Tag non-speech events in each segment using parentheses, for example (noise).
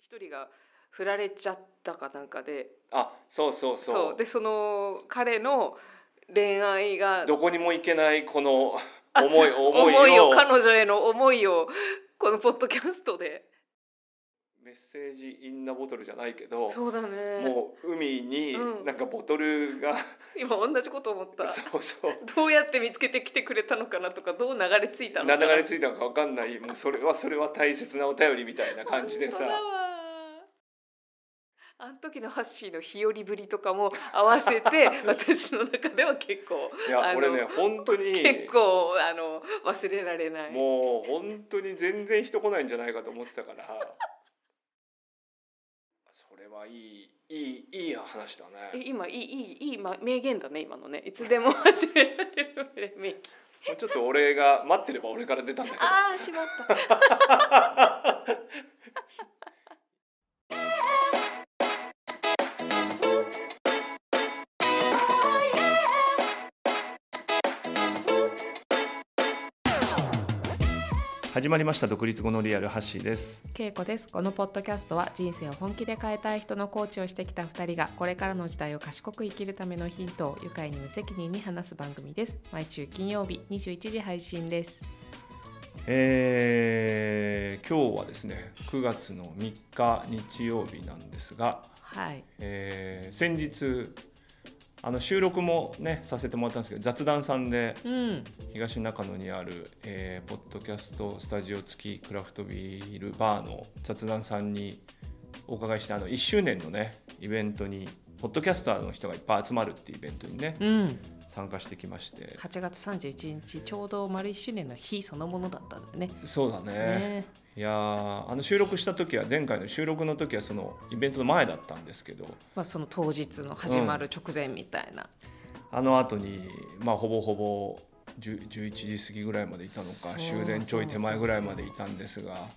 一人が振られちゃったかなんかであそうそうそうそうでその彼の恋愛がどこにも行けない (laughs) このあ思いつ思いを彼女への思いをこのポッドキャストでメッセージインナーボトルじゃないけどそうだねもう海にうんなんかボトルが、今同じこと思った (laughs) そうそうどうやって見つけてきてくれたのかなとかどう流れ着いたのなか流なれ着いたのかわかんないもうそれはそれは大切なお便りみたいな感じ (laughs) でさ本当だわあの時のハッシーの日和ぶりとかも (laughs) 合わせて私の中では結構いあやの俺ね本当に結構あの忘れられないもう本当に全然人来ないんじゃないかと思ってたから (laughs) それはいいいいいい話だえね今いいいいいいま名言だね今のねいつでも始められる名言もうちょっと俺が待ってれば俺から出たんだけどああしまった始まりました独立後のリアルハッシーです恵子ですこのポッドキャストは人生を本気で変えたい人のコーチをしてきた2人がこれからの時代を賢く生きるためのヒントを愉快に無責任に話す番組です毎週金曜日21時配信です (laughs) えー今日はですね9月の3日日曜日なんですが、はいえー先日あの収録もねさせてもらったんですけど雑談さんでうん東中野にある、えーポッドキャストスタジオ付きクラフトビールバーの雑談さんにお伺いしてあの1周年のねイベントにポッドキャスターの人がいっぱい集まるっていうイベントにねうん参加してきまして8月31日ちょうど丸1周年の日そのものだったんだねそうだねねいやーあの収録した時は前回の収録の時はそのイベントの前だったんですけどまあその当日の始まる直前みたいな、あの後にまあほぼほぼ10 11時過ぎぐらいまでいたのそうか終電ちょい手前ぐらいまでいたんですが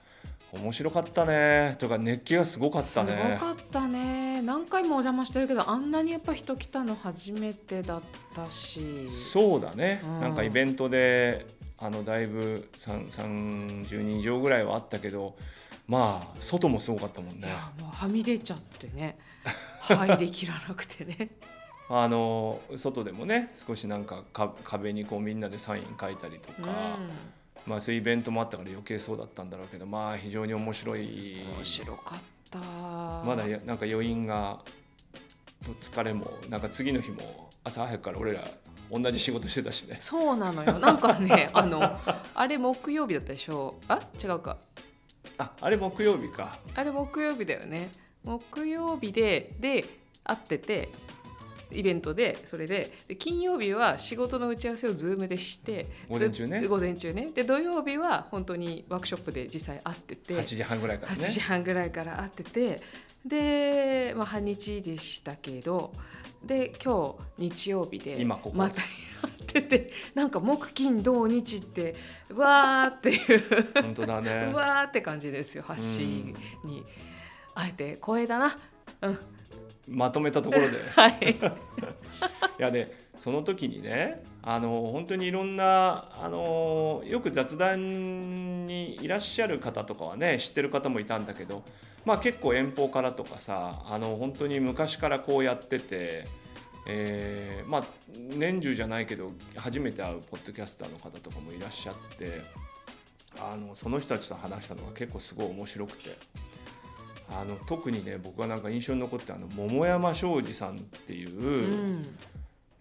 面白かったねとか熱気がすごかったすごねかったね何回もお邪魔してるけどあんなにやっぱ人来たの初めてだったしそうだね、うんなんかイベントであのだいぶ3 30人以上ぐらいはあったけどまあ外もすごかったもんいねや。もうはみ出ちゃってね入りきらなくて (laughs) ねあの外でもね少しなんかか壁にこうみんなでサイン書いたりとうかん、まあ、そういうイベントもあったから余計そうだったんだろうけどまあ非常に面白い面白かったままだやなんか余韻がと疲れもなんか次の日も朝早くから俺ら同じ仕事してたしねそうなのよなんかね (laughs) あのあれ木曜日だったでしょうあ違うかああれ木曜日かあれ木曜日だよね木曜日でで会っててイベントでそれでで金曜日は仕事の打ち合わせをズームでして午前中ねず午前中ねで土曜日は本当にワークショップで実際会ってて8時半ぐらいからね8時半ぐらいから会っててで、まあ、半日でしたけどで今日日曜日で今ここまたやっててなんか木金土日ってわーっていう本当だねうわーって感じですよ橋にあえて光栄だなまとめたところでいはいやでその時にねあの本当にいろんなあのよく雑談にいらっしゃる方とかはね知ってる方もいたんだけどまあ、結構遠方からとかさあの本当に昔からこうやってて、えーまあ、年中じゃないけど初めて会うポッドキャスターの方とかもいらっしゃってあのその人たちと話したのが結構すごい面白くてあの特にね僕がなんか印象に残ってたあの桃山庄司さんっていう、うん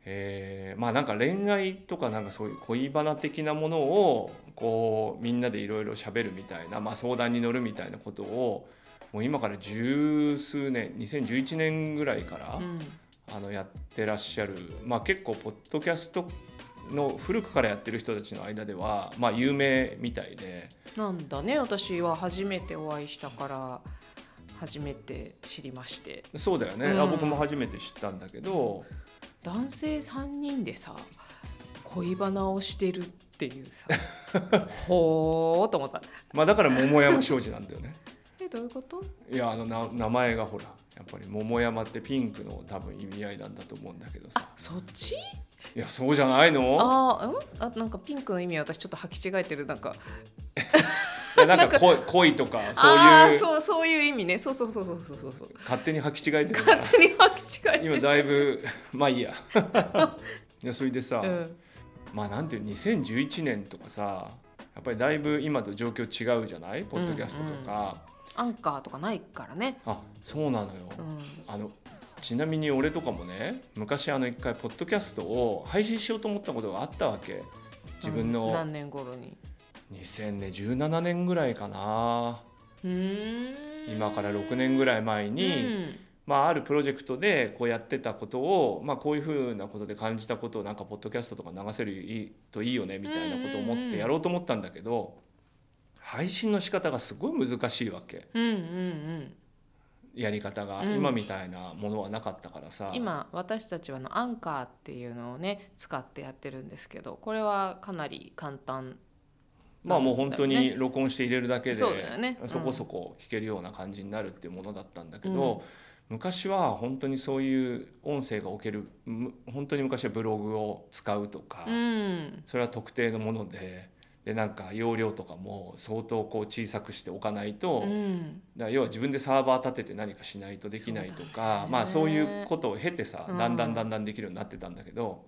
えーまあなんか恋愛とかなんかそういう恋バナ的なものをこうみんなでいろいろ喋るみたいな、まあ、相談に乗るみたいなことをもう今から十数年2011年ぐらいから、うんあのやってらっしゃる、まあ、結構ポッドキャストの古くからやってる人たちの間では、まあ、有名みたいでなんだね私は初めてお会いしたから初めて知りましてそうだよね、うんあ僕も初めて知ったんだけど男性3人でさ恋バナをしてるっていう (laughs) さほーと思ったまあだから桃山庄司なんだよね。えどういうこといやあのな名前がほらやっぱり桃山ってピンクの多分意味合いなんだと思うんだけどさあそっちいやそうじゃないのあーうんあなんかピンクの意味私ちょっと履き違えてるなんかやなんか恋恋とかそうああいうそうそういう意味ねそうそうそうそうそうそ (laughs) うそう勝手に履き違えてるから勝手に履き違えて今るだいぶまあいい (laughs) やいやそれでさ、うんまあなんていう2011年とかさやっぱりだいぶ今と状況違うじゃないポッドキャストとか、アンカーとかないからねあそうなのよ、うんあのちなみに俺とかもね昔あの一回ポッドキャストを配信しようと思ったことがあったわけ自分うんの何年頃に2017年ぐらいかなうーん今から6年ぐらい前に、まあ、あるプロジェクトでこうやってたことを、まあ、こういうふうなことで感じたことをなんかポッドキャストとか流せるいいといいよねみたいなことを思うんっうんうてんやろうと思ったんだけど、配信の仕方がすごい難しいわけうんうんうんやり方が、うん今みたいなものはなかったからさうん、今私たちはあのアンカーっていうのをね使ってやってるんですけどこれはかなり簡単まあもう本当なんだよに録音して入れるだけでそうだよねうんそこそこ聞けるような感じになるっていうものだったんだけど、昔は本当にそういう音声が置けるむ本当に昔はブログを使うとか。うんそれは特定のものででなんか容量とかも相当こう小さくしておかないと、うだかんら要は自分でサーバー立てて何かしないとできないとそうだよかねまあ、そういうことを経てさうんだんだんだんだんできるようになってたんだけど、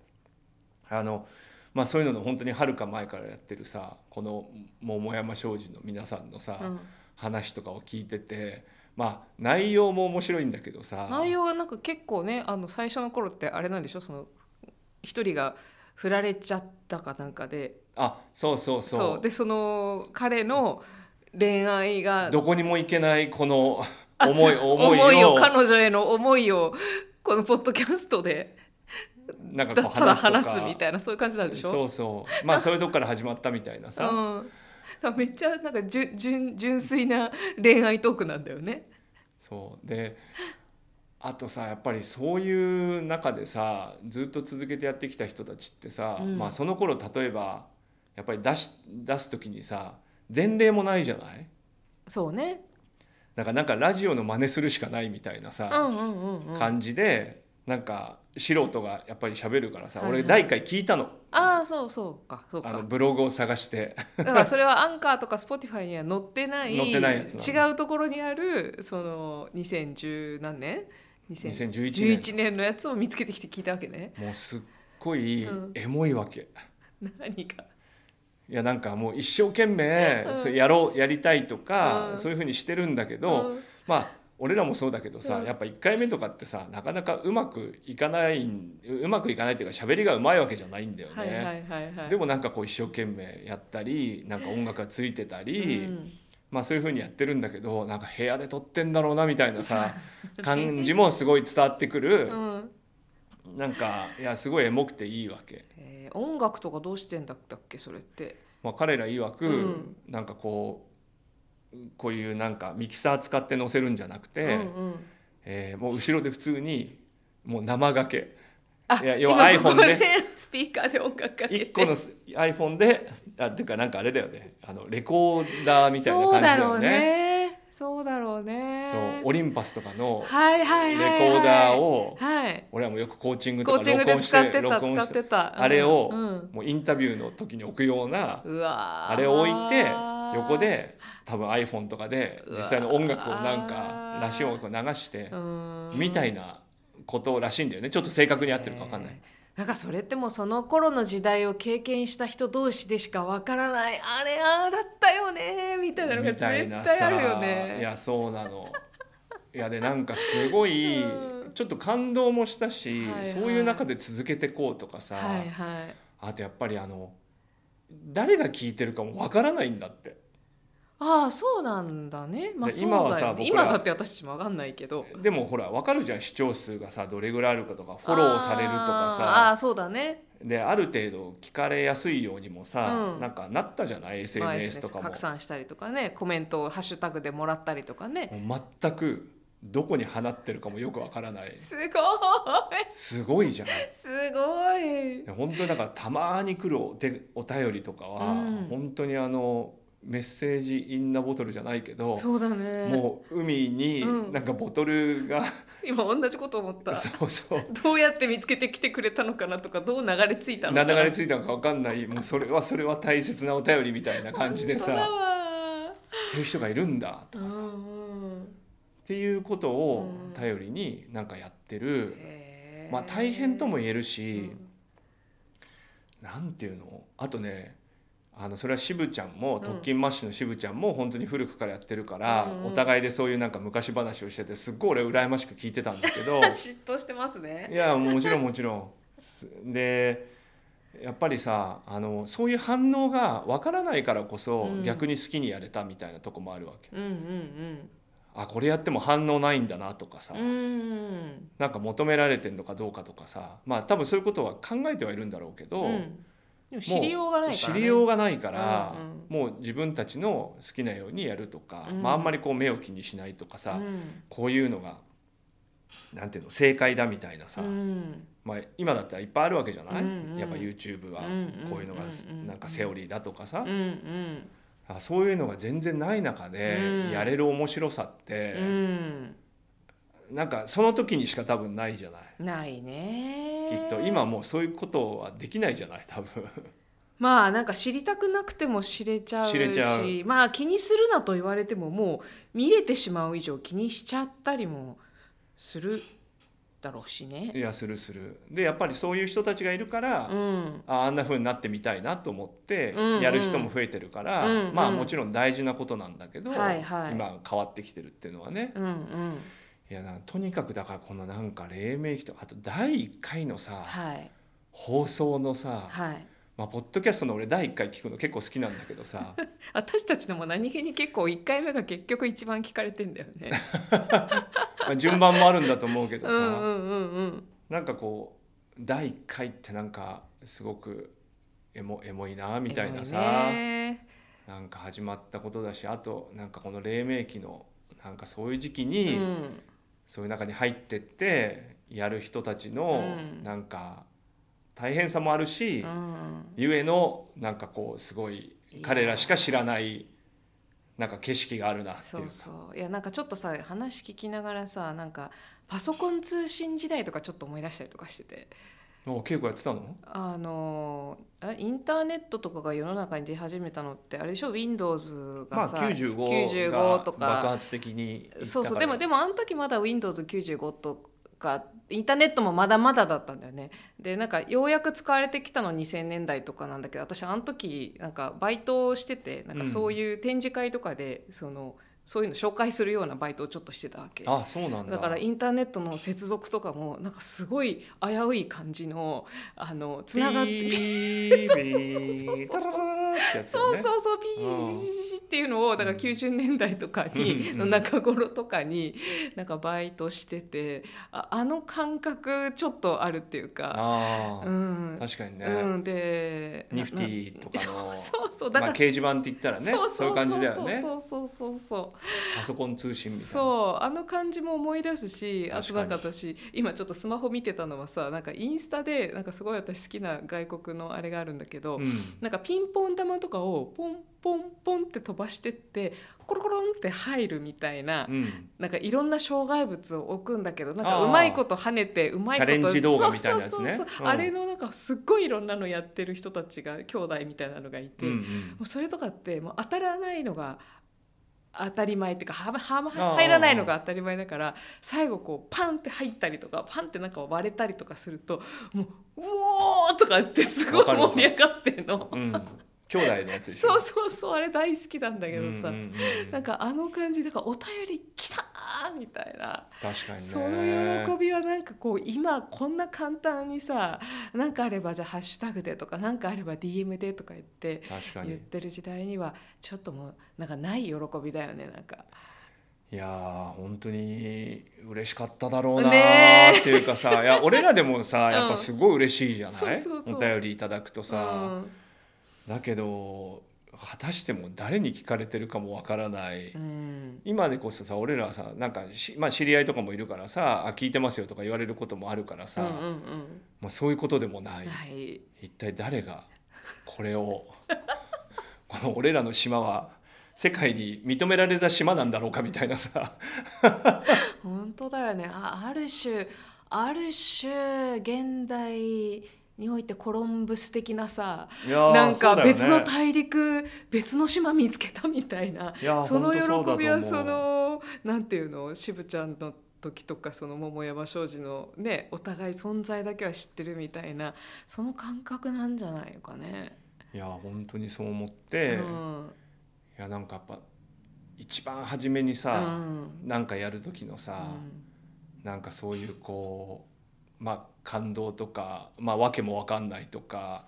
あのまあ、そういうのの本当にはるか前からやってるさこの桃山商事の皆さんのさ、うん話とかを聞いてて。まあ、内容も面白いんだけどさ内容がなんか結構ねあの最初の頃ってあれなんでしょその一人が振られちゃったかなんかであそうそうそそううでその彼の恋愛がどこにも行けないこのあ思いつ思いを彼女への思いをこのポッドキャストでなんかたこうただ話すとか話すみたいなそういう感じなんでしょそうそうまあそういうとこから始まったみたいなさ、うん、だからめっちゃなんかじゅ純純粋な恋愛トークなんだよね。そうであとさやっぱりそういう中でさずっと続けてやってきた人たちってさ、うんまあその頃例えばやっぱり出し出す時にさ前例もないじゃないそうね。だからなんかラジオの真似するしかないみたいなうさ、んうんうんうん。あ感じでなんか素人がやっぱり喋るからさ、はいはい俺第1回聞いたのあーそうそうかそうあのか。ブログを探してだからそれはアンカーとかスポティファイには載ってない載ってないやつな違うところにあるその2010何年2011年2011年のやつを見つけてきて聞いたわけね。もうすっごいうんエモいわけ。何か。いやなんかもう一生懸命うんそれやろうやりたいとか、うんそういうふうにしてるんだけど、うんまあ俺らもそうだけどさ、うんやっぱ1回目とかってさなかなかうまくいかないうまくいかないっていうか喋りがうまいわけじゃないんだよね。はいはいはいはい。でも、もなんかこう一生懸命やったりなんか音楽がついてたり、うんまあそういうふうにやってるんだけどなんか部屋で撮ってんだろうなみたいなさ (laughs) 感じもすごい伝わってくる、うんなんかいやすごいエモくていいわけ。えー音楽とかどうしてんだったっけそれって。まあ、彼ら曰く、うんなんかこうこういうなんかミキサー使って載せるんじゃなくて、うんうんえーもう後ろで普通にもう生がけいや要今は iPhone ここでね (laughs) スピーカーで音楽かけ1て個の iPhone であていうかなんかあれだよねあのレコーダーみたいな感じだよね。そうだろうねそうそうだろうねオリンパスとかのはいはいレコはいはいーダーをはい俺はもうよくコーチングコとーかチング録で音し使っててた録音使っしててたあれをうんもうインタビューの時に置くようなうわーあれを置いて横で多分 iPhone とかで実際の音楽をなんうかわらしい音楽を流してうんみたいなことらしいんだよねちょっと正確に合ってるか分かんない、えーなんかそれってもうその頃の時代を経験した人同士でしかわからないあれああだったよねみたいなのがみ絶た対いなさあるよねいやそうなのいやでなんかすごいうんちょっと感動もしたし、はいはいそういう中で続けてこうとかさ、はいはいあとやっぱりあの誰が聞いてるかも分からないんだってああそうなんだね。まあでそうだ今よねはさ僕ら今だって私たちもわかんないけど。でもほら分かるじゃん視聴数がさどれぐらいあるかとかフォローされるとかさあーあーそうだね。である程度聞かれやすいようにもさ、うんなんかなったじゃないまあ SNS とかも,、拡散したりとかね、コメントをハッシュタグでもらったりとかね。もう全くどこに放ってるかもよくわから (laughs) ないすごいすごいじゃんすごい。で本当にだからたまに来るお手お便りとかは、うん本当にあのメッセージインナボトルじゃないけどそうだね。もう海にうんなんかボトル (laughs) が、今同じこと思った。そうそうどうやって見つけてきてくれたのかなとかどう流れ着いたのか何な。流れ着いたのかわかんないもうそれはそれは大切なお便りみたいな感じで本当ださわそういう人がいるんだとうんかさ、っうんていうことをうん頼りになんかやってる、へーまあ大変とも言えるうし、んなんていうのあとねあのそれは渋ちゃんも特勤マッシュの渋ちゃんも本当に古くからやってるから、うんうんお互いでそういうなんか昔話をしててすっごい俺羨ましく聞いてたんだけ (laughs) ど (laughs) 嫉妬してますいね。やもちろんもちろん。すでやっぱりさあのそういう反応がわからないからこそ、うん逆に好きにやれたみたいなとこもあるわけ。うんうんあこれやっても反応ないんだなとかさ、うん。うん。なんか求められてんのかどうかとかさまあ多分そういうことは考えてはいるんだろうけど、うんでも知りようがないから、知ね。りようがないから、うんもう自分たちの好きなようにやるとか、うんまあ、あんまりこう目を気にしないとかさ、うんこういうのがなんていうの正解だみたいなさ、うんまあ、今だったらいっぱいあるわけじゃない、うんうんやっぱ YouTube はうんうんこういうのがうんなんかセオリーだとかさ、うんうんあそういうのが全然ない中でうんやれる面白さって、うんなんかその時にしか多分ないじゃない。ないねきっと今もうそういうことはできないじゃない多分まあなんか知りたくなくても知れちゃうし知れちゃうまあ気にするなと言われてももう見れてしまう以上気にしちゃったりもするだろうしね。いやするするでやっぱりそういう人たちがいるから、うんああんな風になってみたいなと思ってうんうんやる人も増えてるから、うんうんまあもちろん大事なことなんだけど、はいはい今変わってきてるっていうのはねうんうんいやなとにかくだからこのなんか黎明期とあと第1回のさ、はい放送のさ、はい。まあ、ポッドキャストの俺第1回聞くの結構好きなんだけどさ私たちのも何気に結構1回目が結局一番聞かれてんだよね。まあ順番もあるんだと思うけど (laughs) うさ、んうんうんうん。なんかこう第1回ってなんかすごくエモエモいなみたいなさ。エモいねなんか始まったことだしあとなんかこの黎明期のなんかそういう時期に、うんそういう中に入ってってやる人たちのうんなんか大変さもあるし、うんゆえのなんかこうすごいいやー彼らしか知らないなんか景色があるなってそいううかそういやなんかちょっとさ話聞きながらさなんかパソコン通信時代とかちょっと思い出したりとかしててもう稽古やってたのあのえインターネットとかが世の中に出始めたのってあれでしょ Windows まがあさ、 95 95がとか爆発的にいったからそうそうでもでもあの時まだ Windows95 とかインターネットもまだまだだったんだよねでなんかようやく使われてきたの2000年代とかなんだけど私あの時なんかバイトをしててなんかそういう展示会とかで、そのそういうの紹介するようなバイトをちょっとしてたわけあそうなんだだからインターネットの接続とかもなんかすごい危うい感じのあのつながっピてー (laughs) ピータラララってやつだそようねそうそうピうんーっていうのをだから90年代とかうにんの中頃とかになんかバイトしててああの感覚ちょっとあるっていうかあうあ、ん、確かにね、うんでニフティとかのなそうそうだかまら、あ、掲示板って言ったらねそういう感じだよねそうそうそうそうパソコン通信みたいなそうあの感じも思い出すしあとなんか確私今ちょっとスマホ見てたのはさなんかインスタでなんかすごい私好きな外国のあれがあるんだけど、うんなんかピンポン玉とかをポンポンポンって飛ばしてってコロコロンって入るみたいな、うんなんかいろんな障害物を置くんだけどなんあかーうまいこと跳ねてうまいことチャレンジ動画みたいなやつねそうそうそうそううんあれのなんかすっごいいろんなのやってる人たちが兄弟みたいなのがいて、うんうもんうそれとかってもう当たらないのが当たり前っていうかははあー入らないのが当たり前だから最後こうパンって入ったりとかパンってなんか割れたりとかするともう「うおー!」とかってすごいわかるわ盛かるり上がってんの。うん、兄弟のやつでしょそうそうそうあれ大好きなんだけどさ、うんうんうんなんかあの感じだからお便り来たーみたいな、確かにねその喜びはなんかこう今こんな簡単にさなんかあればじゃあハッシュタグでとかなんかあれば DM でとか言って確か言にってる時代にはちょっともうなんかない喜びだよねなんかいやー本当に嬉しかっただろうなねーっていうかさ、いや俺らでもさやっぱすごい嬉しいじゃない、そうそうそうお便りいただくとさ、うんだけど果たしても誰に聞かれてるかもわからない、うん今でこそさ俺らはさなんかし、まあ、知り合いとかもいるからさ「あ聞いてますよ」とか言われることもあるからうさ、んうんまあ、そういうことでもなういん、はい一体誰がこれを (laughs) この俺らの島は世界に認められた島なんだろうかみたいなさ本当だよねあある種ある種現代においてコロンブス的なさいやーなんそうかだよね別の大陸、別の島見つけたみたいないやーその喜び本当うだと思はそうのなんていうの渋ちゃんの時とかその桃山商事のねお互い存在だけは知ってるみたいなその感覚なんじゃないのかね。いやー本当にそう思って、ういんやなんかやっぱ一番初めにうさ、んなんかやる時のうさ、んなんかそういうこうまあ感動とかまあ訳も分かんないとか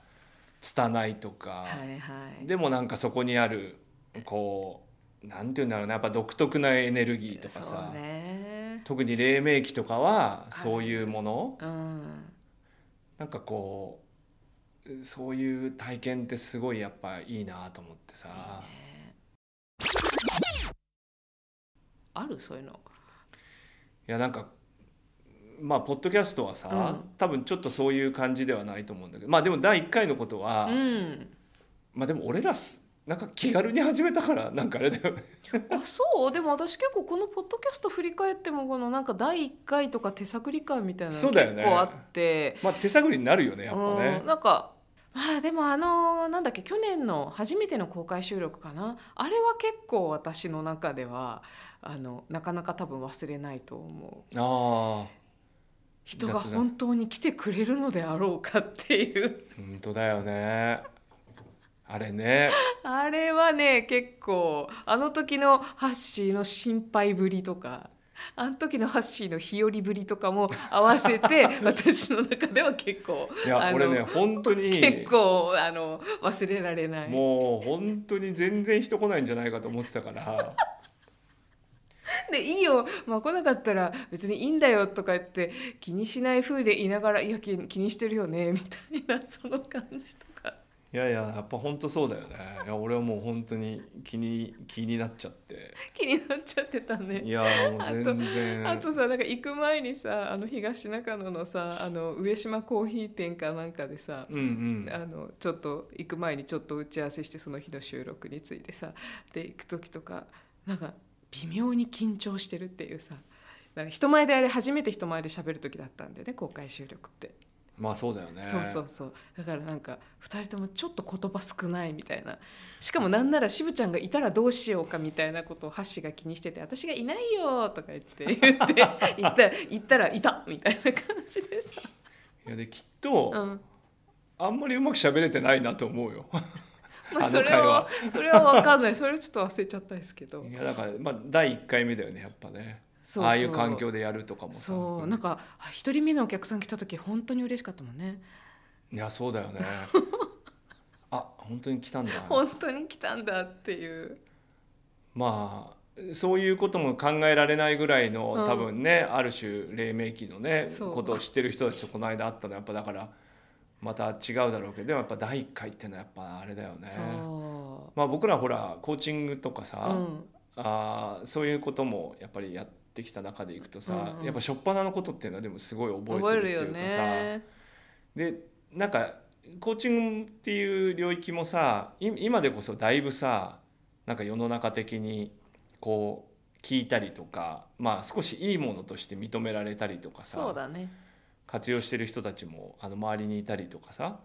拙いとか、はいはい、でもなんかそこにあるこうなんていうんだろうなやっぱ独特なエネルギーとかさ、そうね、特に黎明期とかはそういうもの、うん、なんかこうそういう体験ってすごいやっぱいいなと思ってさいいねあるそういうの。いやなんかまあポッドキャストはさ、うん多分ちょっとそういう感じではないと思うんだけどまあでも第1回のことは、うん、まあでも俺らすなんか気軽に始めたからなんかあれだよねあそうでも私結構このポッドキャスト振り返ってもこのなんか第1回とか手探り感みたいな (laughs) のそう結だよね構あって、まあ手探りになるよねやっぱねうん、。なんかまあでもあのなんだっけ去年の初めての公開収録かなあれは結構私の中ではあのなかなか多分忘れないと思うああ人が本当に来てくれるのであろうかっていう (laughs) 本当だよねあれねあれはね結構あの時のハッシーの心配ぶりとかあの時のハッシーの日和ぶりとか (laughs) も合わせて私の中では結構いあやの俺ね本当に結構あの忘れられない。もう本当に全然人来ないんじゃないかと思ってた (laughs) から。でいいよ、まあ、来なかったら別にいいんだよとか言って気にしない風でいながらいや気気にしてるよねみたいなその感じとかいやいややっぱ本当そうだよねいや俺はもう本当に気に気になっちゃって気になっちゃってたいね。やもうあと全然あとさなんか行く前にさあの東中野のさあの上島コーヒー店かなんかでさ、うんうんあのちょっと行く前にちょっと打ち合わせしてその日の収録についてさで行く時とかなんか微妙に緊張してるっていうさなんか人前であれ初めて人前で喋る時だったんだよね公開収録って。まあそうだよねそうそうそうだからなんか2人ともちょっと言葉少ないみたいなしかもなんなら渋ちゃんがいたらどうしようかみたいなことをハッシーが気にしてて「私がいないよ」とか (laughs) 言って言って「言った言ったらいた」みたいな感じ (laughs) でさ、いやできっと、うんあんまりうまく喋れてないなと思うよまあ、あのそれ会は話それは分かんないそれはちょっと忘れちゃったんですけどいやだからまあ第1回目だよねやっぱねそうそうああいう環境でやるとかもさそうなんかあ一人目のお客さん来た時本当に嬉しかったもんねいやそうだ (laughs) よねあ本当に来たんだ本当に来たんだっていうまあそういうことも考えられないぐらいの、うん多分ねある種黎明期のねそうことを知ってる人たちとこの間会ったのやっぱだからまた違うだろうけどでもやっぱ第一回ってのはやっぱあれだよね。そまあ、僕らほらコーチングとかう、うさ、ん、あーそういうこともやっぱりやってきた中でいくとさ、うんうんやっぱ初っ端のことっていうのはでもすごい覚覚えてえるるっよていうかさ。ねでなんかコーチングっていう領域もさい今でこそだいぶさなんか世の中的にこう聞いたりとか、まあ、少しいいものとして認められたりとかそうさだね活用してる人たちもあの周りにいたりとかさ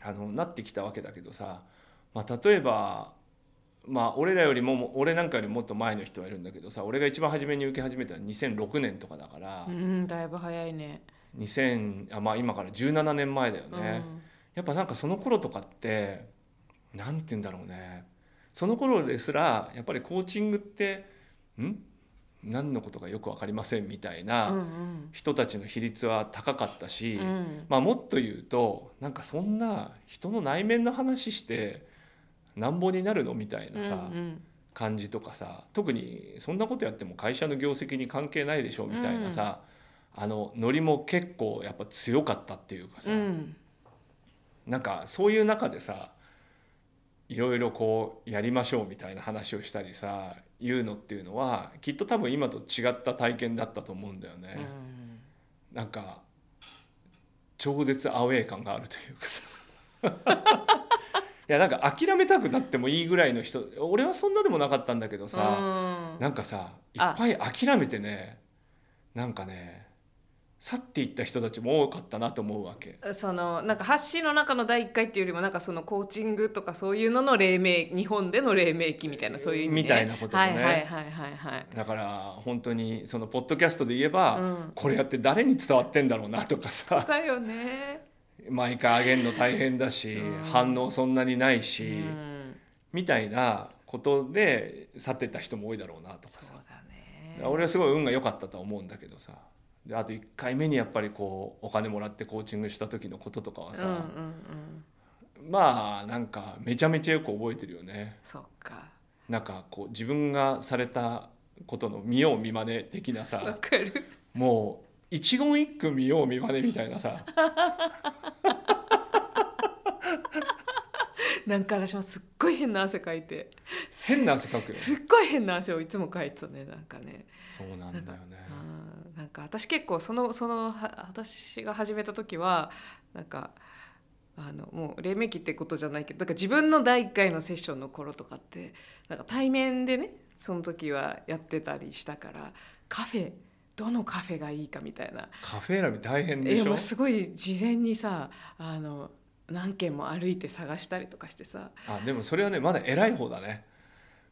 あのなってきたわけだけどさ、まあ、例えば、まあ、俺らよりもも俺なんかよりもっと前の人はいるんだけどさ俺が一番初めに受け始めたのは2006年とかだから、うんだいぶ早いね2000あ、まあ、今から17年前だよね。うんやっぱなんかその頃とかってなんて言うんだろうねその頃ですらやっぱりコーチングってん何のことかよく分かりませんみたいうんうなん人たちの比率は高かったし、うんまあ、もっと言うとなんかそんな人の内面の話してなんぼになるのみたいなさ、うんうん感じとかさ特にそんなことやっても会社の業績に関係ないでしょみたいなさ、あのノリも結構やっぱ強かったっていうかさ、うんなんかそういう中でさいろいろこうやりましょうみたいな話をしたりさ言うのっていうのはきっと多分今と違った体験だったと思うんだようね。んなんか超絶アウェー感があるというかさ (laughs) いやなんか諦めたくなってもいいぐらいの人俺はそんなでもなかったんだけどさ、うんなんかさいっあぱい諦めてねなんかね去っていった人たちも多かったなと思うわけ。そのなんか発信の中の第一回っていうよりもなんかそのコーチングとかそういうのの黎明日本での黎明期みたいなそういう意味、ね、みたいなことはだいねはいはいはいはい、だから本当にそのポッドキャストで言えば、うんこれやって誰に伝わってんだろうなとかさ (laughs) だよね、毎回あげるの大変だし、うん反応そんなにないうし、ん、みたいなことで去ってった人も多いだろうなとかそさうだね俺はすごい運が良かったとは思うんだけどさであと1回目にやっぱりこうお金もらってコーチングした時のこととかはうんうんうさ、んまあなんかめちゃめちゃよく覚えてるよねそっかなんかこう自分がされたことの見よう見まね的なわ (laughs) さかるもう一言一句見よう見まねみたいなさなんか私もすっごい変な汗かいて変な汗かくよすっごい変な汗をいつもかいてたねなんかねそうなんだよねあーなんか私結構そのそのは私が始めた時はなんかあのもう黎明期ってことじゃないけどだから自分の第1回のセッションの頃とかってなんか対面でねその時はやってたりしたからカフェどのカフェがいいかみたいなカフェ選び大変でいやしもょうすごい事前にさあの何軒も歩いて探したりとかしてさあでもそれはねまだ偉い方だね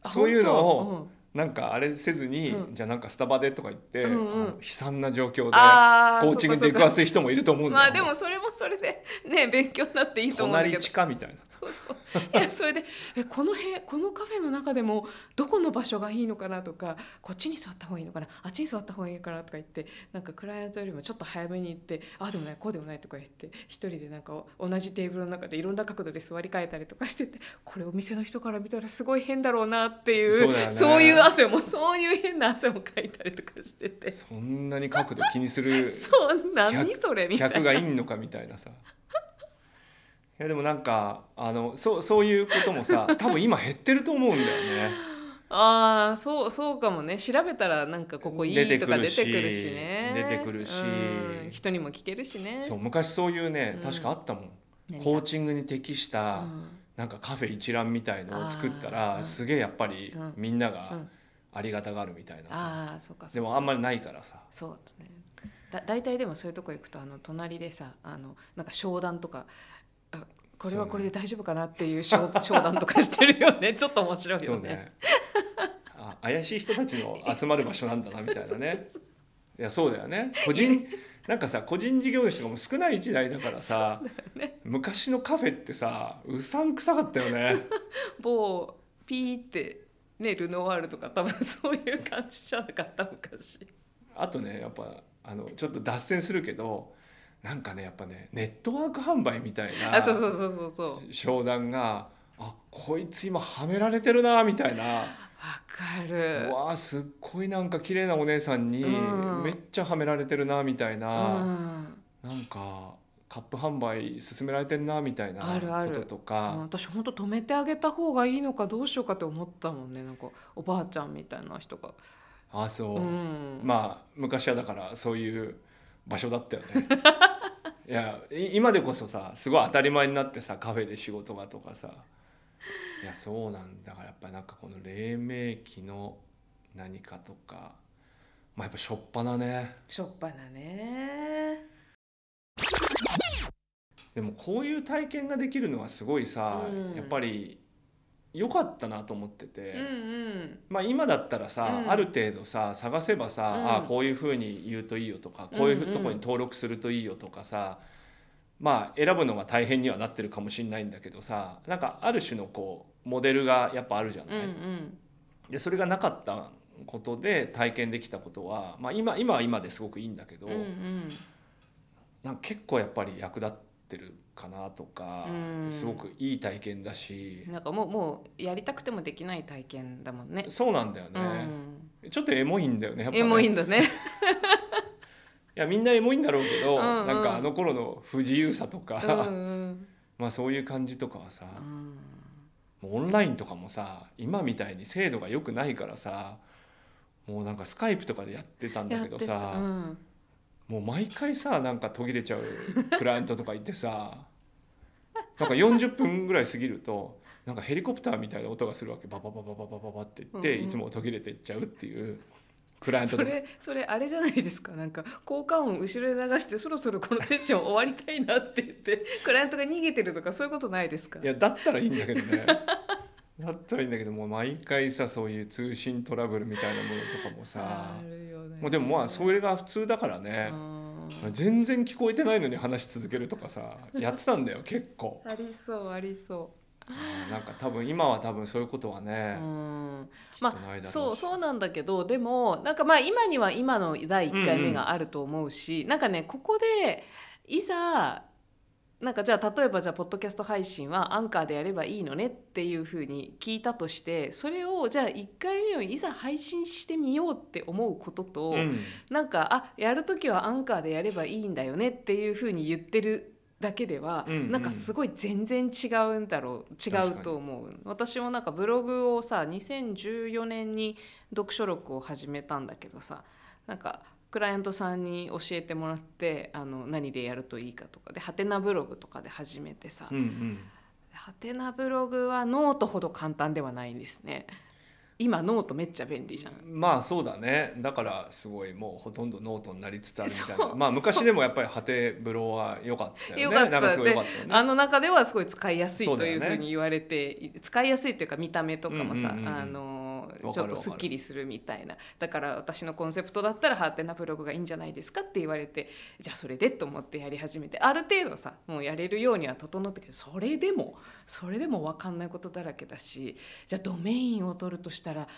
あそういうのを、本なんかあれせずに、うんじゃあなんかスタバでとか言って、うんうんあの悲惨な状況当でうんあコーチングで行くわそっかそっかせ人もいると思うんだよまあでもそれもそれでね勉強になっていいと思うんだけ隣ど地下みたいなそうそういやそれでえこの辺このカフェの中でもどこの場所がいいのかなとかこっちに座った方がいいのかなあっちに座った方がいいかなとか言ってなんかクライアントよりもちょっと早めに行ってあでもないこうでもないとか言って一人でなんか同じテーブルの中でいろんな角度で座り替えたりとかしててこれお店の人から見たらすごい変だろうなっていうそうだよねそういう汗もそういう変な汗もかいたりとかしててそんなに角度気にする (laughs) そう何それみたいな。客がいんのかみたいなさいやでもなんかあのそうそういうこともさ多分今減ってると思うんだよね。ああそうそうかもね調べたらなんかここい出いてとくかる出してくるしね出てくるしうん人にも聞けるしねそう昔そういうねうん確かあったもん、何かコーチングに適した、なんかカフェ一覧みたいのを作ったら、あーすげえやっぱりうんみんなうがんありがたがるみたいなさ、ああそうかそうかでもあんまりないからさそうですねだ大体でもそういうとこ行くとあの隣でさあのなんか商談とかあこれはこれで大丈夫かなっていう商 (laughs) 商談とかしてるよ (laughs) ねちょっと面白いそようね。ねあ怪しい人たちの集まる場所なんだな (laughs) みたいなねいやそうだよね個人なんかさ個人事業主とかも少ない時代だからさ、昔のカフェってさうさんくさかったよね某ピーってねルノワールとか多分そういう感じじゃなかった昔。あとねやっぱあのちょっと脱線するけどなんかねやっぱねネットワーク販売みたいなあそうそうそうそうそう。商談があこいつ今はめられてるなみたいな。わかるう。わーすっごいなんか綺麗なお姉さんにうんめっちゃはめられてるなみたいうな、ん、なんかカップ販売進められてんなみたいなあるあることとあか私本当止めてあげた方がいいのかどうしようかって思ったもんねなんかおばあちゃんみたいな人が、あそう、うん、まあ昔はだからそういう場所だったよ (laughs) ねいやい今でこそさすごい当たり前になってさカフェで仕事がとかさいやそうなんだからやっぱりなんかこの黎明期の何かとかまあやっぱしょっぱなねしょっぱなねでもこういう体験ができるのはすごいさ、うんやっぱり良かったなと思ってて、うんうんまあ、今だったらさ、うんある程度さ探せばさ、うんああこういうふうに言うといいよとかこういうふうんうんとこに登録するといいよとかさ、まあ選ぶのが大変にはなってるかもしれないんだけどさなんかある種のこうモデルがやっぱあるじゃうない。んでそれがなかったことで体験できたことは、まあ、今今は今ですごくいいんだけど、うんうんうんなんか結構やっぱり役立ってるかなとか、うんすごくいい体験だし、なんかもうもうやりたくてもできない体験だもんねそうなんだようね、んちょっとエモいんだよねやっぱねえもういいいんだねやみんなエモいんだろうけどうんうんなんかあの頃の不自由さとか、う (laughs) んうんまあそういう感じとかはさ、うんもうオンラインとかもさ今みたいに精度が良くないからさもうなんかスカイプとかでやってたんだやけっどてたうさ、んもう毎回さなんか途切れちゃうクライアントとかいてさなんか40分ぐらい過ぎるとなんかヘリコプターみたいな音がするわけババババババババって言って、うんうんいつも途切れてっちゃうっていうクライアントそとれそれあれじゃないですかなんか効果音後ろで流してそろそろこのセッション終わりたいなって言ってクライアントが逃げてるとかそういうことないですかいやだったらいいんだけどね (laughs) だったらいいんだけどもう毎回さそういう通信トラブルみたいなものとかもさあるよねもうでもまあそれが普通だからうねん全然聞こえてないのに話し続けるとかさやってたんだよ結構ありそうありそあーなんか多分今は多分そういうことはう、ねうん、きっまとないあだそろううしそうなんだけどでもなんかまあ今には今の第1回目があると思うし、なんかねここでいざなんかじゃあ例えばじゃあポッドキャスト配信はアンカーでやればいいのねっていうふうに聞いたとしてそれをじゃあ1回目をいざ配信してみようって思うことと、うんなんかあやる時はアンカーでやればいいんだよねっていうふうに言ってるだけでは、うんうんなんかすごい全然違うんだろう確違かうにと思う私もなんかブログをさ2014年に読書録を始めたんだけどさなんかクライアントさんに教えてもらってあの何でやるといいかとかでハテナブログとかで始めてさ、うんうんハテナブログはノートほど簡単ではないんですね今ノートめっちゃ便利じゃんまあそうだねだからすごいもうほとんどノートになりつつあるみたいそなうまあ昔でもやっぱり果てブロは良かったよ良ねかったなんかすごい良かっあたよねの中ではすごい使いやすいといそううだよふねうに言われて、使いやすいというか見た目とかもさ、うんうんうんうんあのかるちょっとすっきりするみたいなだから私のコンセプトだったらハーテナブログがいいんじゃないですかって言われてじゃあそれでと思ってやり始めてある程度さもうやれるようには整ったけどそれでもそれでも分かんないことだらけだしじゃあドメインを取るとしたら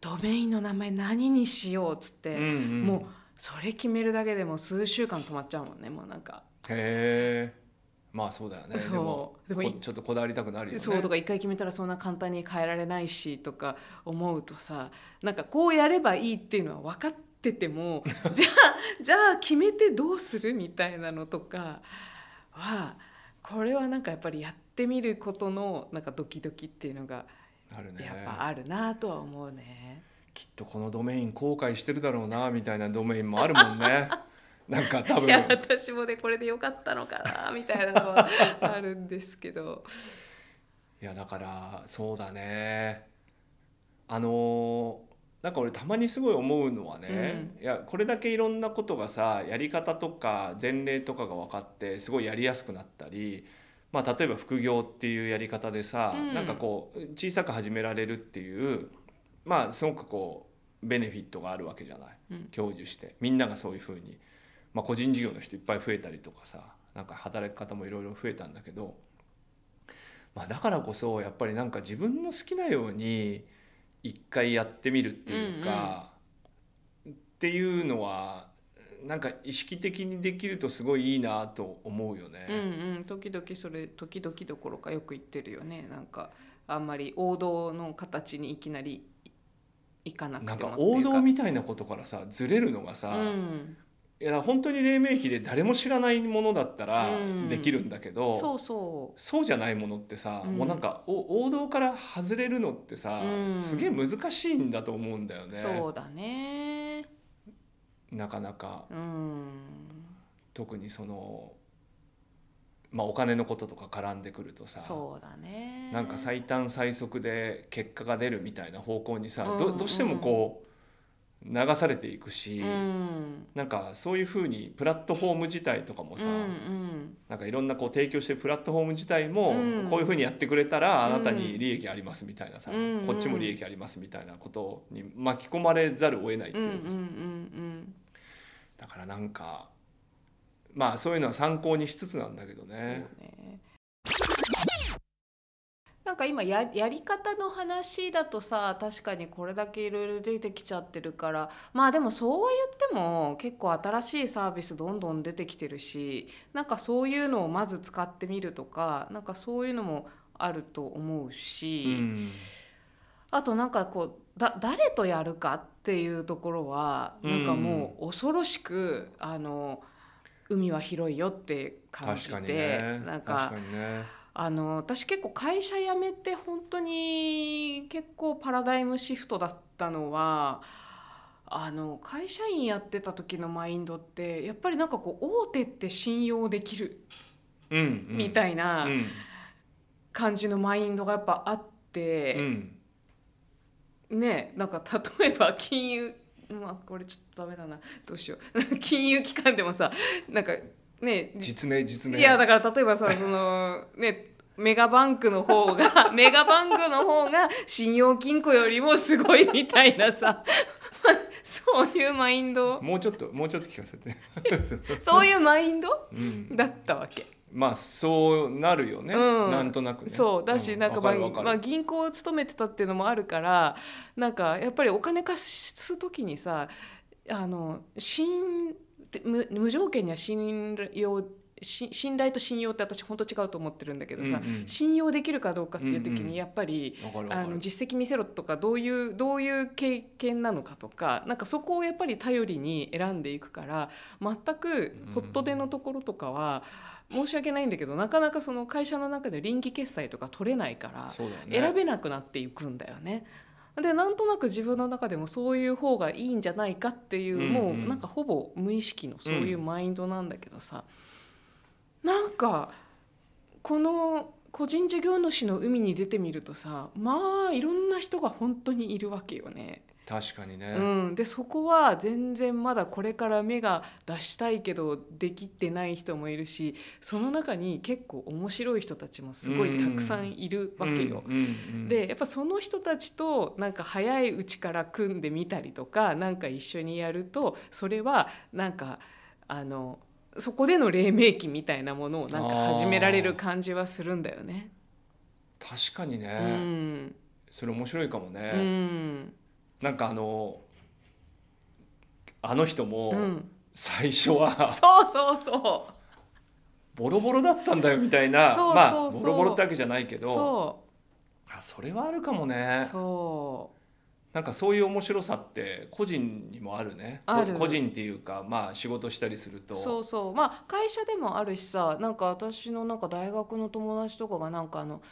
ドメインの名前何にしようっつって、うんうんもうそれ決めるだけでもう数週間止まっちゃうもんねもうなんか。へえまあそうだよねでもそうでもいこちょっとこだわりたくなるよねそうとか一回決めたらそんな簡単に変えられないしとか思うとさなんかこうやればいいっていうのは分かって (laughs) てもじゃあじゃあ決めてどうするみたいなのとかはこれはなんかやっぱりやってみることのなんかドキドキっていうのがあるねやっぱあるなとは思うね。きっとこのドメイン後悔してるだろうなみたいなドメインもあるもん (laughs) ねなんか多い分や私もねこれでよかったのかなみたいなのはあるんですけど。いやだからそうだねあのーなんか俺たまにすごい思うのはね、いやこれだけいろんなことがさやり方とか前例とかが分かってすごいやりやすくなったり、まあ、例えば副業っていうやり方でさ、うんなんかこう小さく始められるっていうまあすごくこうベネフィットがあるわけじゃないうん享受してみんながそういうふうに、まあ、個人事業の人いっぱい増えたりとかさなんか働き方もいろいろ増えたんだけど。まあ、だからこそやっぱりなんか自分の好きなように一回やってみるっていうか、っていうのはなんか意識的にできるとすごいいいなと思うよね。うんうん、時々それ時々どころかよく言ってるよねなんかあんまり王道の形にいきなりいかなくてなもんかってい王う道みたいなことからさずれるのがさ、うん、いや本当に黎明期で誰も知らないものだったらうんできるんだけど、そうそうそうじゃないものってさ、うんもうなんかお王道から外れるのってさ、うんすげえ難しいんだと思うんだよねそうだねなかなか。うん特にその、まあ、お金のこととか絡んでくるとさそうだねなんか最短最速で結果が出るみたいな方向にさ、うんうんどどうしてもこう流されていくし、うんなんかそういうふうにプラットフォーム自体とかもさ、うんうんなんかいろんなこう提供してるプラットフォーム自体もうんこういうふうにやってくれたらうんあなたに利益ありますみたいなさ、うんうんこっちも利益ありますみたいなことに巻き込まれざるを得ないってうんうんういんうかさうんだからなんかまあそういうのは参考にしつつなんだけどそうね。ね。なんか今ややり方の話だとさ確かにこれだけいろいろ出てきちゃってるからまあでもそう言っても結構新しいサービスどんどん出てきてるしなんかそういうのをまず使ってみるとかなんかそういうのもあると思うし、うんあとなんかこうだ誰とやるかっていうところはなんかもう恐ろしく、あの海は広いよって感じ確て、かにねなん確かかにねあの私結構会社辞めて本当に結構パラダイムシフトだったのはあの会社員やってた時のマインドってやっぱりなんかこう大手って信用できるうんうん、みたいなうん感じのマインドがやっぱあっうて、んねなんか例えば金融まあこれちょっとダメだなどうしよう (laughs) 金融機関でもさなんかね実名実名いやだから例えばさそのねメガバンクの方が (laughs) メガバンクの方が信用金庫よりもすごいみたいなさ (laughs) そういうマインドもうちょっともうちょっと聞かせ (laughs) てそういうマインドうん、だったわけ。まあそうなるよね、うんなんとなくねそうだし、うなんかまわあるわかるまあ、銀行を勤めてたっていうのもあるからなんかやっぱりお金貸す時にさあの信って無無条件には信用し信頼と信用って私本当違うと思ってるんだけどさ、うんうん信用できるかどうかっていう時うんうんにやっぱり、わかるわかあるの実績見せろとかどういうどういう経験なのかとかなんかそこをやっぱり頼りに選んでいくから全くポットでのところとかは申し訳ないんだけどなかなかその会社の中で臨機決済とか取れないからそうだよね選べなくなっていくんだよね。でなんとなく自分の中でもそういう方がいいんじゃないかっていう、うんもううんなんかほぼ無意識のそういうマインドなんだけどさ、なんかこの個人事業主の海に出てみるとさまあいろんな人が本当にいるわけよね。確かにね、うん、でそこは全然まだこれから芽が出したいけどできてない人もいるしその中に結構面白い人たちもすごいたくさんいるわけよ。うんうんうんでやっぱその人たちとなんか早いうちから組んでみたりとかなんか一緒にやるとそれはなんかあのそこでの黎明期みたいなものをなんか始められる感じはするんだよね。確かにうね、ん、それ面白いかもね、うん、なんかあのあの人もうん、最初 (laughs) はそうそうそボロボロだったんだよみたいなそうまそあうそうボロボロってわけじゃないけうどそあそれはあるかもうねそうなんかそういう面白さって個人にもあるねある個人っていうかまあ仕事したりするとそうそうまあ会社でもあるしさなんか私のなんか大学の友達とかがなんかあの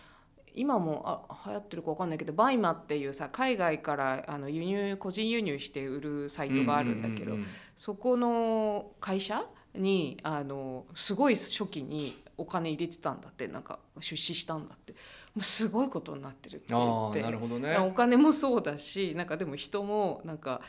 今もあ流行ってるかわかんないけどバイマっていうさ海外からあの輸入個人輸入して売るサイトがあるんだけど、うううそこの会社にあのすごい初期にお金入れてたんだってなんか出資したんだってもうすごいことになってるって言あっあてなるほどねお金もそうだしなんかでも人もなんか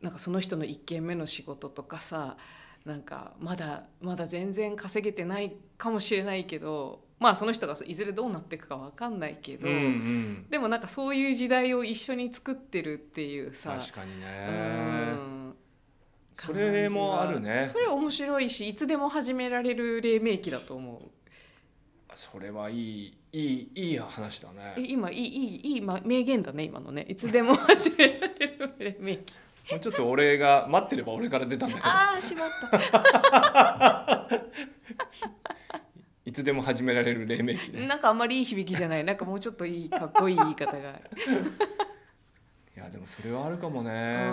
なんかその人の1件目の仕事とかさなんかまだまだ全然稼げてないかもしれないけどまあその人がいずれどうなっていくか分かんないけど、うんうんでもなんかそういう時代を一緒に作ってるっていうさ。確かにうねんそれもあるねそれ面白いしいつでも始められる黎明期だと思それはいいいいいい話だうねい今いいいいいいま名言だね今のねいつでも始められる黎明期もうちょっと俺が待ってれば俺から出たんだけどああしまったいつでも始められる黎明期ねなんかあんまりいい響きじゃないなんかもうちょっといいかっこいい言い方 (laughs) がある、いやでもそれはあるかもうね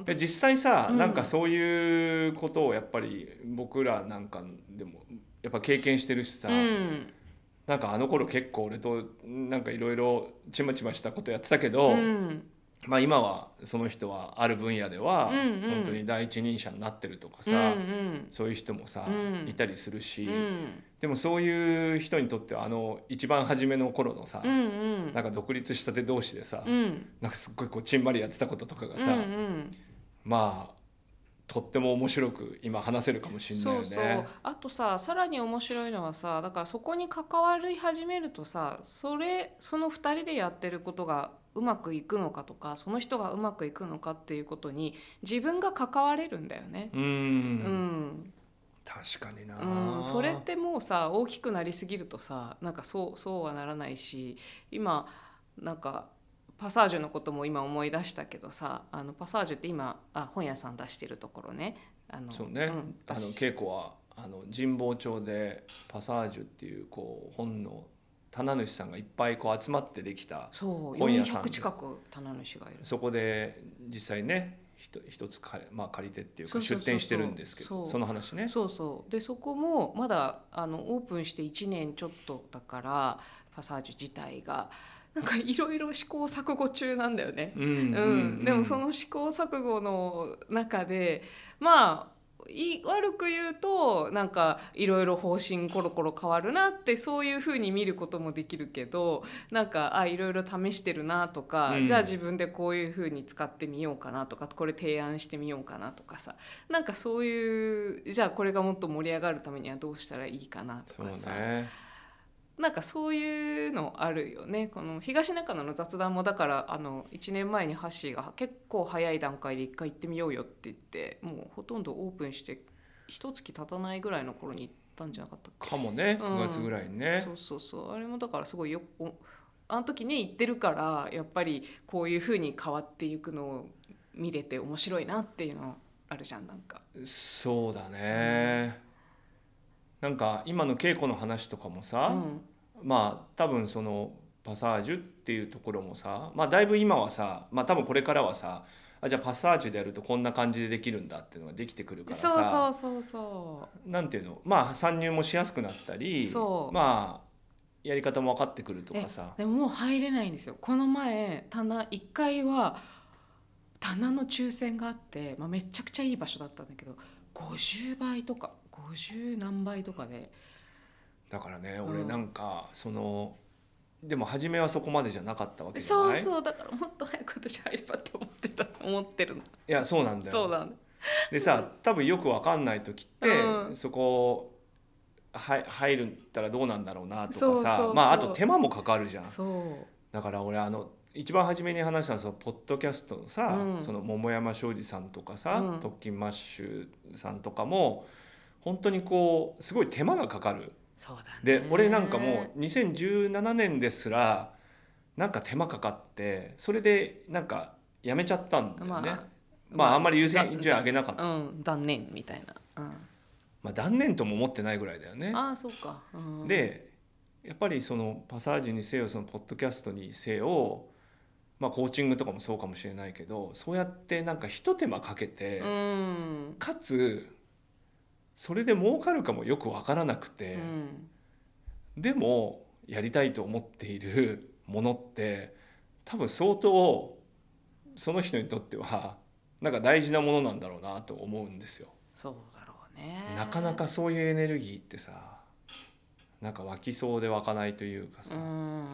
んで実際さ、うんなんかそういうことをやっぱり僕らなんかでもやっぱ経験してるしさ、うんなんかあの頃結構俺となんかいろいろちまちましたことやってたけど、うんまあ、今はその人はある分野ではうんうん本当に第一人者になってるとかさ、うんそういう人もさ、うんいたりするし、うんうんでもそういう人にとってはあの一番初めの頃のさ、うんうんなんか独立したて同士でさ、うんなんかすっごいこうちんまりやってたこととかがさ、うんうんまあとっても面白く今話せるかもしれないそようね。そうあとささらに面白いのはさだからそこに関わり始めるとさそれその2人でやってることがうまくいくのかとかその人がうまくいくのかっていうことに自分が関われるんだよね。うん、うん、確かにな、うん、それってもうさ大きくなりすぎるとさなんかそうそうはならないし今なんかパサージュのことも今思い出したけどさあのパサージュって今あ本屋さん出してるところね。あのそうね、んあの出し稽古はあの神保町でパサージュっていうこう本の棚主さんがいっぱいこう集まってできたそう本屋さん400で近く棚主がいる。そこで実際ねひと一つ借り,、まあ、借りてっていうそかうそうそ出うそう店してるんですけそどうその話ねそうそうでそこもまだあのオープンして1年ちょっとだからパサージュ自体がなんかいろいろ試行錯誤中なんだよね。うんうんでもその試行錯誤の中でまあい悪く言うとなんかいろいろ方針コロコロ変わるなってそういうふうに見ることもできるけどなんかあいろいろ試してるなとか、うんじゃあ自分でこういうふうに使ってみようかなとかこれ提案してみようかなとかさなんかそういうじゃあこれがもっと盛り上がるためにはどうしたらいいかなとそうかさ、ねなんかそういうのあるよねこの東中野の雑談もだからあの1年前にハッシーが結構早い段階で一回行ってみようよって言ってもうほとんどオープンして一月経たないぐらいの頃に行ったんじゃなかったっかもねうん9月ぐらいにけ、ねそ、うそうそうあれもだからすごいよおあの時ね行ってるからやっぱりこういうふうに変わっていくのを見れて面白いなっていうのあるじゃんなんか。そうだね、なんか今の稽古の話とかもさ、うんまあ多分そのパサージュっていうところもさ、まあ、だいぶ今はさ、まあ、多分これからはさあじゃあパサージュでやるとこんな感じでできるんだっていうのができてくるからさそうそうそうそなんていうのまあ参入もしやすくなったりそうまあやり方も分かってくるとかさうでももう入れないんですよこの前棚1階は棚の抽選があって、まあ、めちゃくちゃいい場所だったんだけど50倍とか50何倍とかでだからねうん俺なんかそのでも初めはそこまでじゃなかったわけじゃそなういそうだからもっと早く私入ればって思ってた (laughs) 思ってるのいやそうなんだよそうだねでさ多分よく分かんない時って、うんそこはい入るんだったらどうなんだろうなとかさそうそうそうまああと手間もかかるじゃんそうだから俺あの一番初めに話したのはそのポッドキャストのさ、うんその桃山庄司さんとかさ、うん特勤マッシュさんとかも本当にこうすごい手間がかかるそうだねで俺なんかもう2017年ですらなんか手間かかってそれでなんかやめちゃったんだよね、まあ、あんまり優先順位上げなかった、うん断念みたいな、まあ、断念とも思ってないぐらいだようねん、。ああそうか、うん、でやっぱりそのパサージュにせよそのポッドキャストにせよ、まあ、コーチングとかもそうかもしれないけどそうやってなんかひと手間かけて、うん、かつそれで儲かるかもよく分からなくてう、ん、でもやりたいと思っているものって多分相当その人にとってはなんか大事なものなんだろうなと思うんですよ。そうだろうねなかなかそういうエネルギーってさなんか湧きそうで湧かないというかさ、うん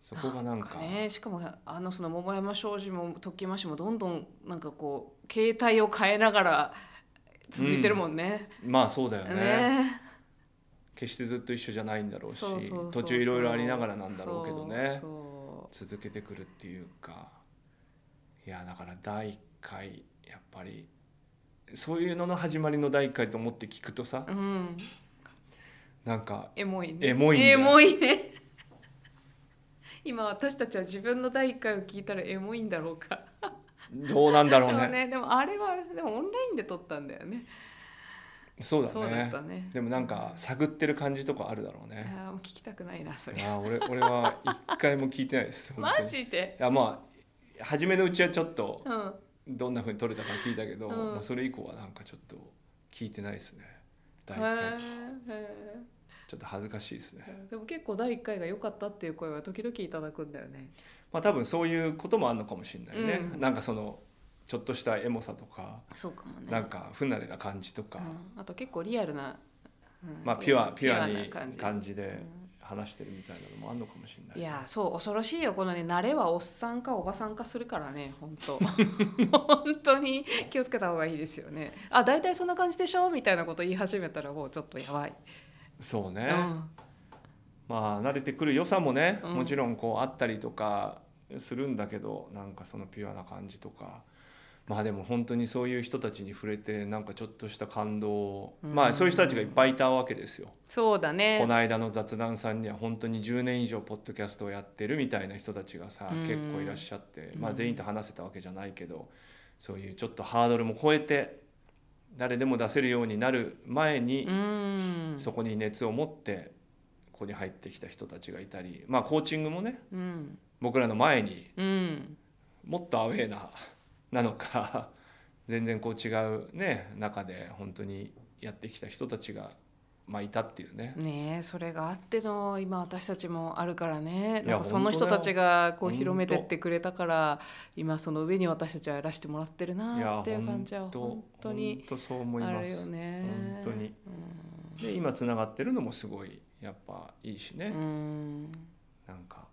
そこがなんかね、しかもあのその桃山商事も時計回しもどんどんなんかこう携帯を変えながら続いてるもんね。まあそうだよねね決してずっと一緒じゃないんだろうしそうそうそうそ途う中いろいろありながらなんだろうけどねそうそ続けてくるっていうかいやだから第1回やっぱりそういうのの始まりの第1回と思って聞くとさううん、なんかエモいね。エモいんだよエモいね。今私たちは自分の第一回を聞いたらエモいんだろうか。どうなんだろでうもねね、でもあれはでもオンラインで撮ったんだよね。そうだそうだっねたね。でもなんか探ってる感じとかあるだろういやねーもう聞きたくないなそいれ。や俺俺は一回も聞いてないです本当マにジで。いやまあ初めのうちはちょっとうん。どんな風に撮れたか聞いたけど、うんまあ、それ以降はなんかちょっと聞いてないですね第一回とかへーちょっと恥ずかしいですねでも結構第1回が良かったっていう声は時々いただくんだよね。まあ多分そういうこともあるのかもしれないね、うんなんかそのちょっとしたエモさとか、そうかもねなんか不慣れな感じとか、うんあと結構リアルな、うんまあピュアピュアなに感じ。感じうでん話してるみたいなのもあるのかもしれないいやーそう恐ろしいよこのね慣れはおっさんかおばさんかするからね本 (laughs) 当本当に気をつけた方がいいですよねあ大体そんな感じでしょみたいなこと言い始めたらもうちょっとやばい、そうね、うんまあ慣れてくる良さもね、うんもちろんこうあったりとかするんだけどなんかそのピュアな感じとかまあでも本当にそういう人たちに触れてなんかちょっとした感動を、うんまあそういう人たちがいっぱいいたわけですよ。そうだねこの間の雑談さんには本当に10年以上ポッドキャストをやってるみたいな人たちがさ、うん結構いらっしゃって、まあ、うん全員と話せたわけじゃないけどそういうちょっとハードルも超えて誰でも出せるようになる前にうんそこに熱を持ってここに入ってきた人たちがいたり、まあ、コーチングもねうん僕らの前にうんもっとアウェーななのか (laughs) 全然こう違うね中で本当にやってきた人たちがまあ、いたっていうね。ねえそれがあっての今私たちもあるからねいやなんかその人たちがこう本当だよ広めてってくれたから今その上に私たちはいらしてもらってるいやなっていう感じは本当本当に本当そう思いあまるよす。ね。本当にで今つながってるのもすごいやっぱいいしうん。ねう。んなんか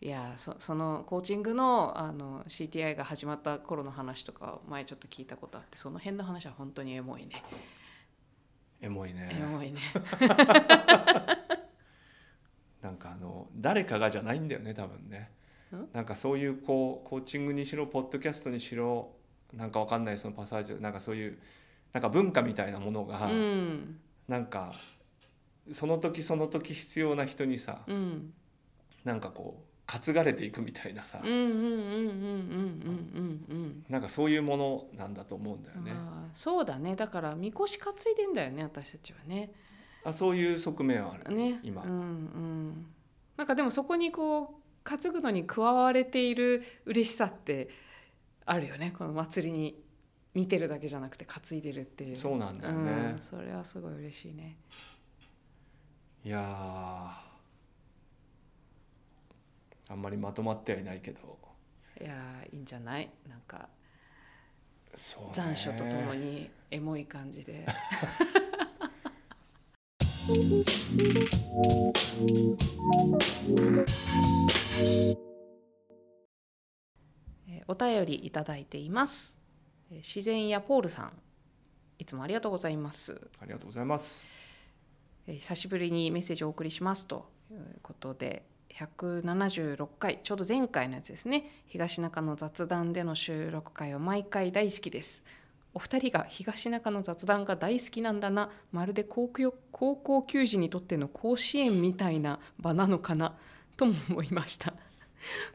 いやそそのコーチングのあの CTI が始まった頃の話とか前ちょっと聞いたことあってその辺の話は本当にエモいね、エモいね。エモいねなんかあの誰かがじゃないんだよね多分ねん。なんかそういうこうコーチングにしろポッドキャストにしろなんかわかんないそのパサージュなんかそういうなんか文化みたいなものうが、んなんかその時その時必要な人にさ、うんなんかこう担がれていくみたいなさ、うんうんうんうんうんうんうんなんかそういうものなんだと思うんだよね。まあ、そうだねだからみこし担いでんだよね私たちはね。あそういう側面はある、ね今、うんうん、なんかでもそこにこう担ぐのに加われている嬉しさってあるよねこの祭りに見てるだけじゃなくて担いでるっていう。そうなんだよね。うん、それはすごい嬉しいね。いやーあんまりまとまってはいないけどいやーいいんじゃないなんかそう、ね、残暑とともにエモい感じで。 (laughs) えーお便りいただいています。えー自然やポールさん、いつもありがとうございます。ありがとうございます。えー久しぶりにメッセージをお送りしますということで176回ちょうど前回のやつですね東中の雑談での収録回は毎回大好きですお二人が東中の雑談が大好きなんだなまるで高校高校球児にとっての甲子園みたいな場なのかなとも思いました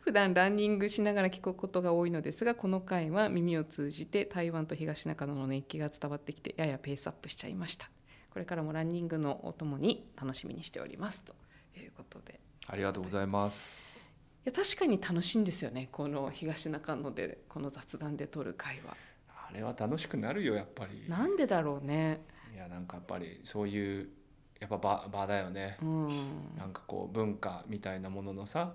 普段ランニングしながら聞くことが多いのですがこの回は耳を通じて台湾と東中野の熱気が伝わってきてややペースアップしちゃいましたこれからもランニングのお供に楽しみにしておりますということでいありがとうございます。や確かに楽しいんですよねこの東中野でこの雑談で撮る会は。あれは楽しくなるよやっぱり。なんでだろうね。いやなんかやっぱりそういうやっぱ場場だよねう。ん、なんかこう文化みたいなもののさ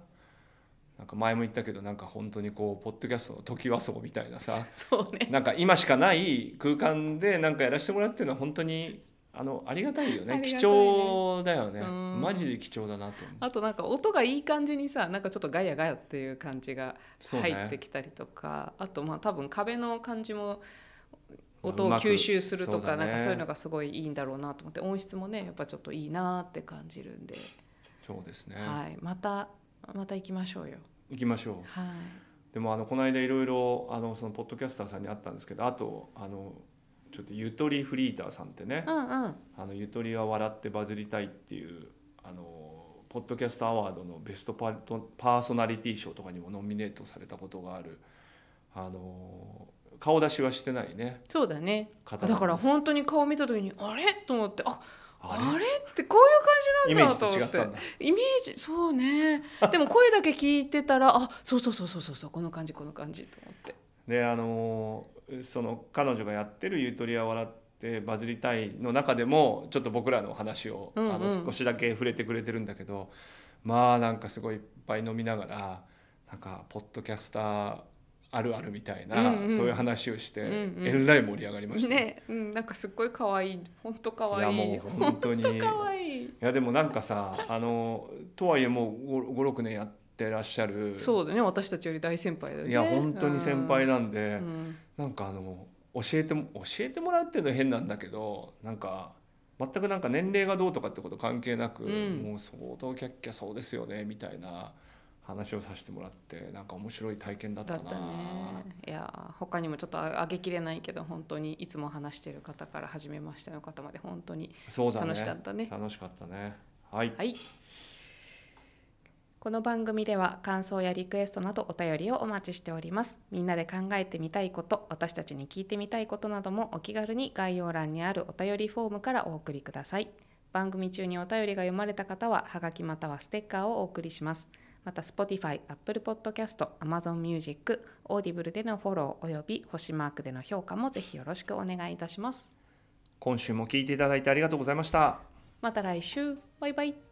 なんか前も言ったけどなんか本当にこうポッドキャストの時はそうみたいなさそうねなんか今しかない空間でなんかやらせてもらうっていうのは本当にあのありがたいよあねりがたいね貴重だよねうんマジで貴重だなと思うあとなんか音がいい感じにさなんかちょっとガヤガヤっていう感じがそうね入ってきたりとか、あとまあ多分壁の感じも音うをまく吸収するとそか、うだねなんかそういうのがすごいいいんだろうなと思って音質もねやっぱちょっといいなって感じるんで、そうですね、はい、またまた行きましょうよ。行きましょはうでもあのこの間いろいろあのそのポッドキャスターさんに会ったんですけどあとあのちょっとゆとりフリーターさんってねい、うんうんあのゆとりは笑ってバズりたいっていうあのポッドキャストアワードのベストパートパーソナリティ賞とかにもノミネートされたことがあるあの顔出しはしてないねそうだね方だからなんです本当に顔見た時にあれと思ってあああれってこうれイいうメ感ーじなんだとジと違っ思ってたんだイメージそ (laughs) うねでも声だけ聞いてたらあそうそうそうそうそうそうこの感じこの感じと思ってであのその彼女がやってる「ゆとりは笑ってバズりたい」の中でもちょっと僕らの話を、うんうんあの少しだけ触れてくれてるんだけどまあなんかすごいいっぱい飲みながらなんかポッドキャスターあるあるみたいな、うんうんそういう話をして、うんうんえらい盛り上がりました。ね、うん、なんかすっごい可愛い本当可いや愛いもう本当に本当可愛いいやでもなんかさあのとはいえもう56年やってらっしゃるそうだね私たちより大先輩だよねいや本当に先輩だ、なんで。うんなんかあの教えても教えてもらうっていうのは変なんだけどなんか全くなんか年齢がどうとかってこと関係なく、うんもう相当キャッキャそうですよねみたいな話をさせてもらってなんか面白い体験だっただなったねいや他にもちょっとあげきれないけど本当にいつも話してる方から初めましての方まで本当にそうだね楽しかったね楽しかったねはいはい。この番組では感想やリクエストなどお便りをお待ちしております。みんなで考えてみたいこと、私たちに聞いてみたいことなどもお気軽に概要欄にあるお便りフォームからお送りください。番組中にお便りが読まれた方はハガキまたはステッカーをお送りします。また Spotify、Apple Podcast、Amazon Music、Audible でのフォローおよび星マークでの評価もぜひよろしくお願いいたします。今週も聞いていただいてありがとうございましたまた来週バイバイ